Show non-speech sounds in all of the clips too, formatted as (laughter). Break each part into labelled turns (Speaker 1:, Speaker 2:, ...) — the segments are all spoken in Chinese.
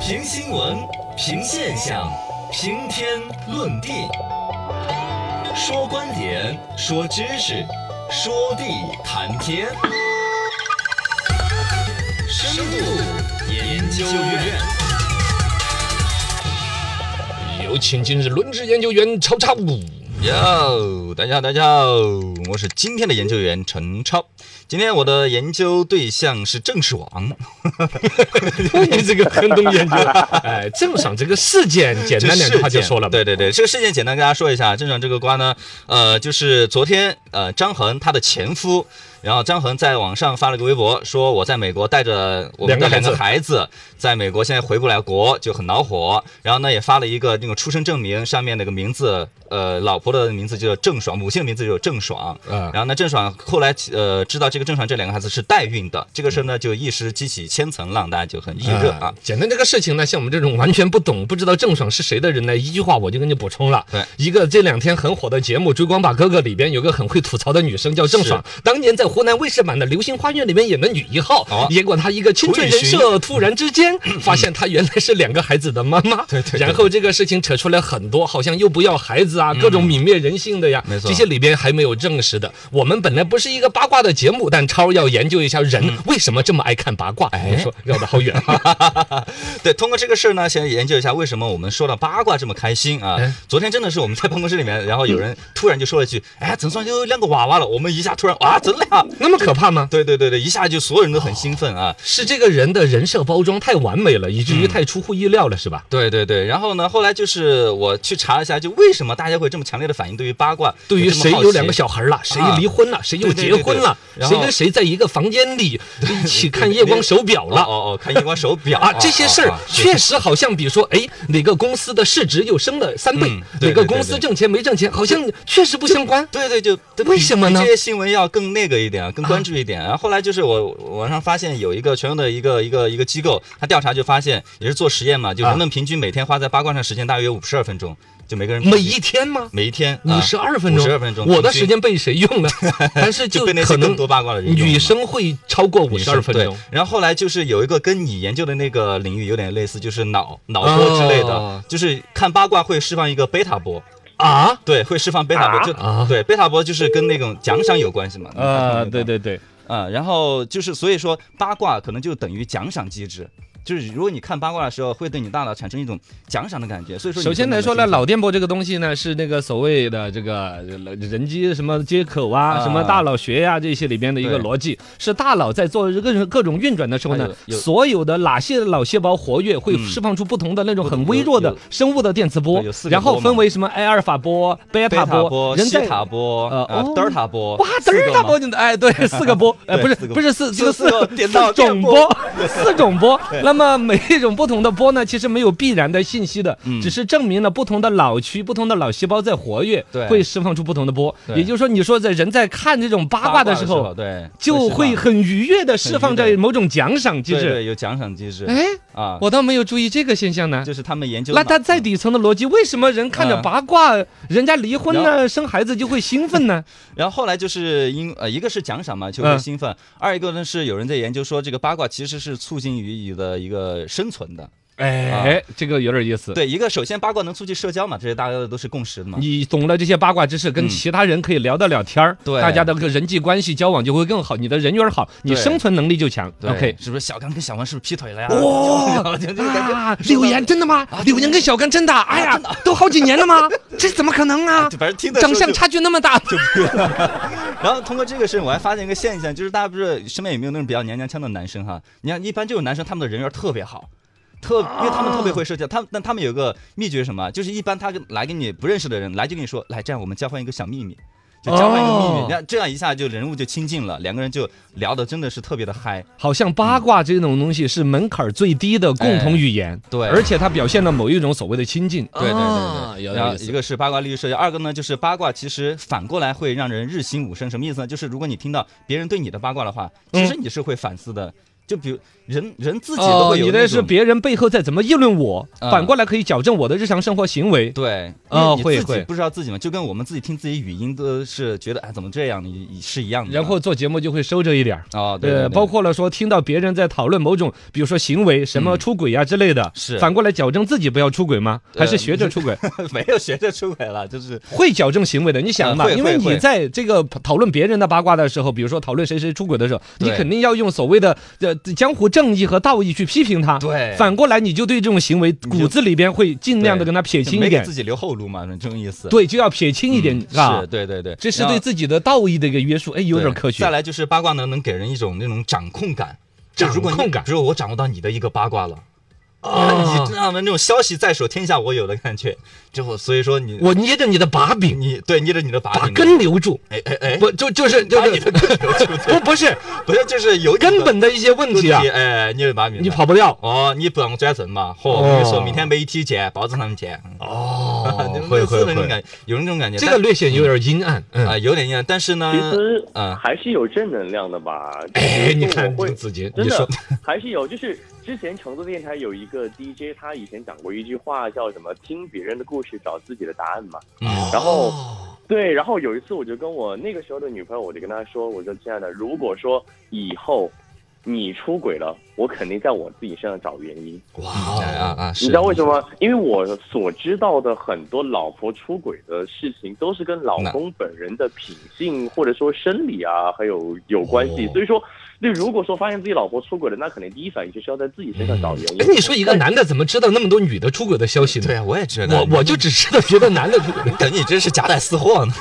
Speaker 1: 评新闻，评现象，评天论地，说观点，说知识，说地谈天。深度研究院，
Speaker 2: 有请今日轮值研究员超超。
Speaker 1: 哟，大家好，大家好，我是今天的研究员陈超。今天我的研究对象是郑世王，
Speaker 2: 你这个坑东研究，哎，郑爽这个事件，简单点的话就说了嘛。
Speaker 1: 对对对，这个事件简单跟大家说一下。郑爽这个瓜呢，呃，就是昨天呃，张恒她的前夫，然后张恒在网上发了个微博，说我在美国带着我们的两
Speaker 2: 两
Speaker 1: 个
Speaker 2: 个
Speaker 1: 孩子，在美国现在回不了国，就很恼火。然后呢，也发了一个那个出生证明，上面那个名字，呃，老婆的名字就叫郑爽，母亲的名字就叫郑爽。
Speaker 2: 嗯
Speaker 1: 然后呢，郑爽后来呃知道这个郑爽这两个孩子是代孕的，这个事儿呢就一时激起千层浪，大家就很
Speaker 2: 一
Speaker 1: 议热啊。
Speaker 2: 简单这个事情呢，像我们这种完全不懂、不知道郑爽是谁的人呢，一句话我就给你补充了。
Speaker 1: 对
Speaker 2: 一个这两天很火的节目《追光吧哥哥》里边有个很会吐槽的女生叫郑爽，当年在湖南卫视版的《流星花园》里面演的女一号，
Speaker 1: 哦
Speaker 2: 也管她一个清纯人设，突然之间发现她原来是两个孩子的妈妈。
Speaker 1: 嗯对对对
Speaker 2: 然后这个事情扯出来很多，好像又不要孩子啊，各种泯灭人性的呀，
Speaker 1: 没错
Speaker 2: 这些里边还没有证实的。我们本来不是一个八卦的节目，但超要研究一下
Speaker 1: 嗯
Speaker 2: 人为什么这么爱看八卦。
Speaker 1: 哎
Speaker 2: 我说绕得好远啊。
Speaker 1: 对，通过这个事儿呢，先研究一下为什么我们说到八卦这么开心啊
Speaker 2: 哎？
Speaker 1: 昨天真的是我们在办公室里面，然后有人突然就说了一句：“哎，怎算又亮个娃娃了？”我们一下突然啊，真的呀！
Speaker 2: 那么可怕吗？
Speaker 1: 对对对对，一下就所有人都很兴奋啊。
Speaker 2: 是这个人的人设包装太完美了，以至
Speaker 1: 嗯
Speaker 2: 于太出乎意料了，是吧？
Speaker 1: 对对对，然后呢，后来就是我去查了一下，就为什么大家会这么强烈的反应对于八卦，
Speaker 2: 对于
Speaker 1: 有这么
Speaker 2: 谁
Speaker 1: 好
Speaker 2: 有
Speaker 1: 奇
Speaker 2: 两个小孩了，谁
Speaker 1: 啊
Speaker 2: 离婚了，谁又
Speaker 1: 对对
Speaker 2: 结
Speaker 1: 对对
Speaker 2: 婚了，
Speaker 1: 然
Speaker 2: 谁
Speaker 1: 后
Speaker 2: 跟谁在一个房间里
Speaker 1: (laughs)
Speaker 2: 一起看夜光手表
Speaker 1: 哦
Speaker 2: 了。
Speaker 1: 哦哦，看荧光手表
Speaker 2: 啊，这些事儿
Speaker 1: 啊啊
Speaker 2: 确实好像，比如说，哎，哪个公司的市值又升了三倍
Speaker 1: 嗯，对
Speaker 2: 哪个
Speaker 1: 对对
Speaker 2: 公司
Speaker 1: 对
Speaker 2: 挣钱没挣钱，好像确实不相关。
Speaker 1: 对对，就对
Speaker 2: 为
Speaker 1: 比
Speaker 2: 什么
Speaker 1: 比
Speaker 2: 呢啊
Speaker 1: 这些新闻要更那个一点，啊更关注一点。然后后来就是我网上发现有一个全球的一个一个一个机构，他调查就发现也是做实验嘛，就
Speaker 2: 啊
Speaker 1: 人们平均每天花在八卦上时间大约五十二分钟，就每个人平
Speaker 2: 每
Speaker 1: 均
Speaker 2: 一天吗？
Speaker 1: 每一天
Speaker 2: 五十二分钟，
Speaker 1: 啊五十二分钟，
Speaker 2: 我的
Speaker 1: 平均
Speaker 2: 时间被谁
Speaker 1: (laughs)
Speaker 2: 用了？但是
Speaker 1: 就
Speaker 2: 就
Speaker 1: 被那些
Speaker 2: 可能
Speaker 1: 更多八卦的人用了
Speaker 2: 女生会超过五
Speaker 1: 女
Speaker 2: 十
Speaker 1: 生
Speaker 2: 二分钟
Speaker 1: 对。然后后来就是有一个跟你研究的那个领域有点类似，就是脑脑波之类的，
Speaker 2: 哦
Speaker 1: 就是看八卦会释放一个贝塔波。
Speaker 2: 啊。
Speaker 1: 对，会释放贝塔波，
Speaker 3: 啊
Speaker 1: 就、
Speaker 2: 啊
Speaker 1: 对贝塔波就是跟那种奖赏有关系嘛。
Speaker 3: 啊，对对对，
Speaker 1: 啊、然后就是所以说八卦可能就等于奖赏机制，就是如果你看八卦的时候，会对你大脑产生一种奖赏的感觉。所以说你
Speaker 3: 首先
Speaker 1: 会
Speaker 3: 来说
Speaker 1: 那
Speaker 3: 呢，
Speaker 1: 么兴奋
Speaker 3: 脑电波这个东西呢，是那个所谓的这个人机什么接口啊、
Speaker 1: 啊
Speaker 3: 什么大脑学呀、这些里边的一个
Speaker 1: 对
Speaker 3: 逻辑，是大脑在做各种各种运转的时候呢
Speaker 1: 哎，有有
Speaker 3: 所有的哪些脑细胞活跃，会
Speaker 1: 嗯
Speaker 3: 释放出不同的那种
Speaker 1: 有
Speaker 3: 很微弱的
Speaker 1: 有
Speaker 3: 生物的电磁波
Speaker 1: 对有四，个
Speaker 3: 然后
Speaker 1: 波嘛
Speaker 3: 分为什么埃尔法波、贝
Speaker 1: 贝塔
Speaker 3: 塔
Speaker 1: 波、
Speaker 3: 波、人
Speaker 1: 西
Speaker 3: 在
Speaker 1: 塔波、
Speaker 3: 呃
Speaker 1: 呃
Speaker 3: 哦
Speaker 1: 德尔塔波，
Speaker 3: 哇，德
Speaker 1: 四
Speaker 3: 尔
Speaker 1: 个
Speaker 3: 塔
Speaker 1: 嘛
Speaker 3: 波，你哎，
Speaker 1: (laughs)
Speaker 3: 对，四个波，哎，
Speaker 1: 对
Speaker 3: 不是
Speaker 1: 四个
Speaker 3: 不是四
Speaker 1: 四
Speaker 3: 这个
Speaker 1: 四个点到
Speaker 3: 四种
Speaker 1: 电
Speaker 3: 波， (laughs) 四种波。
Speaker 1: (laughs)
Speaker 3: 那么每一种不同的波呢，其实没有必然的信息的，
Speaker 1: 嗯
Speaker 3: 只是证明了不同的脑区、不同的脑细胞在活跃
Speaker 1: 对，
Speaker 3: 会释放出不同的波。
Speaker 1: 对
Speaker 3: 也就是说，你说在人在看这种八卦的时候，
Speaker 1: 对，
Speaker 3: 就会
Speaker 1: 释
Speaker 3: 很愉悦的释放
Speaker 1: 很愉
Speaker 3: 着
Speaker 1: 悦
Speaker 3: 某种奖赏机
Speaker 1: 放对
Speaker 3: 制。
Speaker 1: 对有奖赏机制
Speaker 3: 哎，
Speaker 1: 啊，
Speaker 3: 我倒没有注意这个现象呢。
Speaker 1: 就是他们研究
Speaker 3: 那
Speaker 1: 脑
Speaker 3: 它在底层的逻辑，为什么人看着
Speaker 1: 嗯
Speaker 3: 八卦，人家离婚
Speaker 1: 然
Speaker 3: 呢，生孩子就会兴奋
Speaker 1: (laughs)
Speaker 3: 呢？
Speaker 1: 然后后来就是因呃，一个是奖赏嘛，就会
Speaker 3: 嗯
Speaker 1: 兴奋；二一个呢是有人在研究说，这个八卦其实是促进于你的一个生存的。
Speaker 3: 哎，这个有点意思。
Speaker 1: 对，一个首先八卦能促进社交嘛，这些大家都是共识的嘛。
Speaker 3: 你懂了这些八卦知识，
Speaker 1: 嗯
Speaker 3: 跟其他人可以聊得了天儿，
Speaker 1: 对
Speaker 3: 大家的个人际关系交往就会更好，你的人缘儿好，你
Speaker 1: 对
Speaker 3: 生存能力就强。
Speaker 1: 对
Speaker 3: OK。哦
Speaker 1: 是不是小刚跟小王是不是劈腿了呀？
Speaker 3: 哇
Speaker 1: 就这个感觉
Speaker 3: 啊！柳岩真的吗？柳岩跟小刚真的？哎呀，都好几年了吗？这怎么可能啊
Speaker 1: 就？反正听的时候
Speaker 3: 长
Speaker 1: 就
Speaker 3: 相。差距那么大，
Speaker 1: 然后通过这个事，我还发现一个现象，就是大家不是身边有没有那种比较娘娘腔的男生哈？你看，一般这种男生他们的人缘特别好。特，因为他们特别会社交，他们但他们有个秘诀是什么，就是一般他跟来跟你不认识的人来就跟你说，来这样我们交换一个小秘密，就交换一个秘
Speaker 3: 哦
Speaker 1: 密，那、这样一下就人物就亲近了，两个人就聊的真的是特别的嗨。
Speaker 3: 好像八卦这种东西是门槛儿最低的共同语言，
Speaker 1: 对
Speaker 3: 而且它表现了某一种所谓的亲近。
Speaker 1: 对对
Speaker 2: 啊
Speaker 1: 对对，
Speaker 2: 有
Speaker 1: 然
Speaker 2: 点
Speaker 1: 后
Speaker 2: 意思
Speaker 1: 一个是八卦利益社交，二个呢就是八卦其实反过来会让人日行五生，什么意思呢？就是如果你听到别人对你的八卦的话，其实你是会反思的。就比如人人自己都
Speaker 3: 哦，
Speaker 1: 会有
Speaker 3: 你
Speaker 1: 那
Speaker 3: 的是
Speaker 1: 种
Speaker 3: 别人背后在怎么议论我，
Speaker 1: 嗯
Speaker 3: 反过来可以矫正我的日常生活行为。
Speaker 1: 对，
Speaker 3: 哦
Speaker 1: 因
Speaker 3: 会
Speaker 1: 为你自己
Speaker 3: 会
Speaker 1: 不知道自己嘛，就跟我们自己听自己语音都是觉得哎怎么这样，你你是一样的嘛。
Speaker 3: 然后做节目就会收着一点儿。
Speaker 1: 啊，对对
Speaker 3: 呃，
Speaker 1: 对
Speaker 3: 包括了说听到别人在讨论某种，比如说行为什么出轨呀、之类的，
Speaker 1: 嗯是呃
Speaker 3: 反过来矫正自己不要出轨吗？还是学着出轨？
Speaker 1: 没有学着出轨了，就是
Speaker 3: 会矫正行为的，你想嘛，
Speaker 1: 嗯会
Speaker 3: 因为
Speaker 1: 会
Speaker 3: 你
Speaker 1: 会
Speaker 3: 在这个讨论别人的八卦的时候，比如说讨论谁谁出轨的时候，你
Speaker 1: 对
Speaker 3: 肯定要用所谓的呃江湖正义和道义去批评他。
Speaker 1: 对
Speaker 3: 反过来你就对这种行为
Speaker 1: 就
Speaker 3: 骨子里边会尽量的跟他撇
Speaker 1: 就
Speaker 3: 清一
Speaker 1: 没给
Speaker 3: 点
Speaker 1: 自，己留后路嘛，这种意思。
Speaker 3: 对，就要撇清一点，
Speaker 1: 嗯，
Speaker 3: 是吧
Speaker 1: 是，？对对对，
Speaker 3: 这是
Speaker 1: 然后
Speaker 3: 对自己的道义的一个约束，哎，有点
Speaker 1: 对
Speaker 3: 科学。
Speaker 1: 再来就是八卦呢，能给人一种那种掌控感。就如果你
Speaker 2: 掌控感
Speaker 1: 比如我掌握到你的一个八卦了。啊，你知道吗？那种消息在手，天下我有的感觉。之后，所以说你
Speaker 2: 我捏着你的把柄，
Speaker 1: 你对捏着你的把
Speaker 2: 把
Speaker 1: 柄，
Speaker 2: 根留住，
Speaker 1: 哎哎哎，
Speaker 2: 不就就是就
Speaker 1: 把你的
Speaker 2: 是
Speaker 1: 根留住，对
Speaker 2: (laughs) 不不是
Speaker 1: 不是就是有你的
Speaker 2: 根本的一些问
Speaker 1: 问
Speaker 2: 题
Speaker 1: 题
Speaker 2: 啊，
Speaker 1: 哎，捏着把柄，
Speaker 2: 你跑不掉。
Speaker 1: 哦，你不让我转正嘛？嚯，我跟你说，明天没体检，保证他们钱。
Speaker 2: 哦
Speaker 1: (laughs) 就类似的那种感，有那种感觉，
Speaker 2: 这个略显有点阴暗。
Speaker 1: 但啊
Speaker 2: 嗯，
Speaker 1: 有点样，但是呢
Speaker 4: 其，实
Speaker 1: 嗯
Speaker 4: 还是有正能量的吧。
Speaker 2: 啊哎，你
Speaker 4: 就是
Speaker 2: 看
Speaker 4: 我会
Speaker 2: 自己，
Speaker 4: 真
Speaker 2: 你
Speaker 4: 的
Speaker 2: 说
Speaker 4: (laughs) 还是有，就是之前成都电台有一个 DJ，他以前讲过一句话叫什么“听别人的故事找自己的答案”嘛。
Speaker 1: 嗯
Speaker 4: 然后
Speaker 2: 哦
Speaker 4: 对，然后有一次我就跟我那个时候的女朋友，我就跟她说，我说亲爱的，如果说以后。你出轨了，我肯定在我自己身上找原因。
Speaker 2: 哇
Speaker 1: 哎啊
Speaker 2: 哦，
Speaker 1: 啊，是
Speaker 4: 你知道为什么吗？因为我所知道的很多老婆出轨的事情，都是跟老公本人的品性或者说生理啊，还有有关系。
Speaker 2: 哦
Speaker 4: 所以说，那如果说发现自己老婆出轨了，那肯定第一反应就是要在自己身上找原因。
Speaker 2: 哎，
Speaker 1: 嗯
Speaker 2: 你说一个男的怎么知道那么多女的出轨的消息呢？
Speaker 1: 对啊，我也知道，
Speaker 2: 我我就只知道别的男的出轨。 (laughs)
Speaker 1: 感觉你真是夹带私货呢。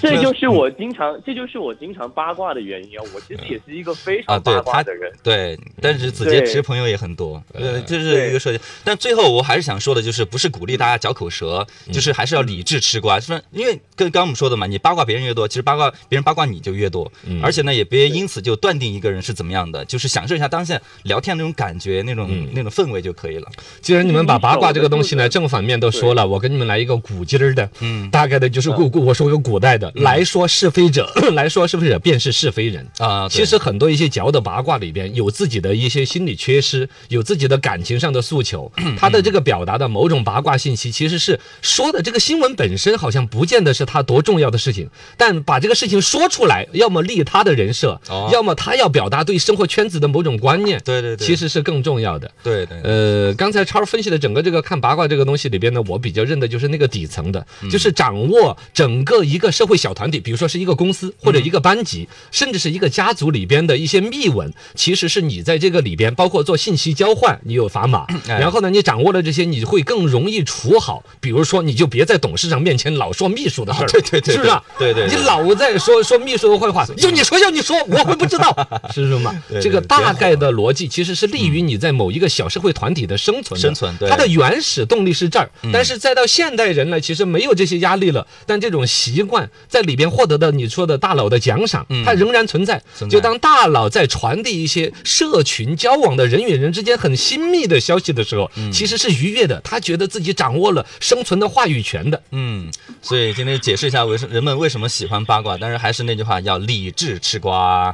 Speaker 4: 这就是
Speaker 1: 嗯
Speaker 4: 我经常，这就是我经常八卦的原因啊！我其实也是一个非
Speaker 1: 啊
Speaker 4: 常
Speaker 1: 对
Speaker 4: 八卦
Speaker 1: 他
Speaker 4: 的人。嗯
Speaker 1: 对，但是子杰
Speaker 4: 对嗯
Speaker 1: 其实朋友也很多，呃，这是一个
Speaker 4: 对
Speaker 1: 设计。但最后我还是想说的，就是不是鼓励大家嚼口舌，
Speaker 4: 嗯
Speaker 1: 就是还是要理智吃瓜。虽然因为跟刚刚我们说的嘛，你八卦别人越多，其实八卦别人八卦你就越多。
Speaker 4: 嗯
Speaker 1: 而且呢，也别因此就断定一个人是怎么样的，就是享受一下当下聊天那种感觉，那种
Speaker 4: 嗯
Speaker 1: 那种氛围就可以了。
Speaker 2: 既然你们把八卦这个东西呢正反面都说了，我跟你们来一个古今儿的，
Speaker 1: 嗯
Speaker 2: 大概的就是古古，我说一个古代的，来说是非者， (coughs) 来说是非者便是是非人。
Speaker 1: 啊，对
Speaker 2: 其实很多一些嚼的八卦里边有自己的一些心理缺失，有自己的感情上的
Speaker 1: (clears throat)
Speaker 2: 诉求，他的这个表达的某种八卦信息，其实是说的这个新闻本身好像不见得是他多重要的事情，但把这个事情说出来，要么立他的人设
Speaker 1: 哦，
Speaker 2: 要么他要表达对生活圈子的某种观念，
Speaker 1: 对对对，
Speaker 2: 其实是更重要的。
Speaker 1: 对对对
Speaker 2: 呃，刚才超儿分析的整个这个看八卦这个东西里边呢，我比较认的就是那个底层的，
Speaker 1: 嗯
Speaker 2: 就是掌握整个一个社会小团体，比如说是一个公
Speaker 1: 嗯
Speaker 2: 司或者一个班级，甚至是一个家族里边的一些秘闻，其实是你在这个里边，包括做信息交换，你有砝码，
Speaker 1: 哎
Speaker 2: 然后呢，你掌握了这些，你会更容易处好。比如说，你就别在董事长面前老说秘书的事儿、
Speaker 1: 对对对对
Speaker 2: 是不是啊？
Speaker 1: 对对对
Speaker 2: 你老在说说秘书的坏话，要你说要你说，我会不知
Speaker 1: (laughs)
Speaker 2: 道，是不是嘛？
Speaker 1: 对对
Speaker 2: 这个
Speaker 1: 对
Speaker 2: 大概的逻辑其实是利于你在某一个小社会团体的生存的
Speaker 1: 生存对嗯
Speaker 2: 它的原始动力是这儿，但是再到现代人呢，其实没有这些压力了，但这种习惯在里边获得的你说的大佬的奖赏，
Speaker 1: 嗯
Speaker 2: 它仍然存在。
Speaker 1: 存在
Speaker 2: 就当大佬在传递一些社群交往的人与人之间很亲密的消息的时候，
Speaker 1: 嗯
Speaker 2: 其实是愉悦的，他觉得自己掌握了生存的话语权的。
Speaker 1: 嗯，所以今天就解释一下为什人们为什么喜欢八卦，但是还是那句话，要理智吃瓜。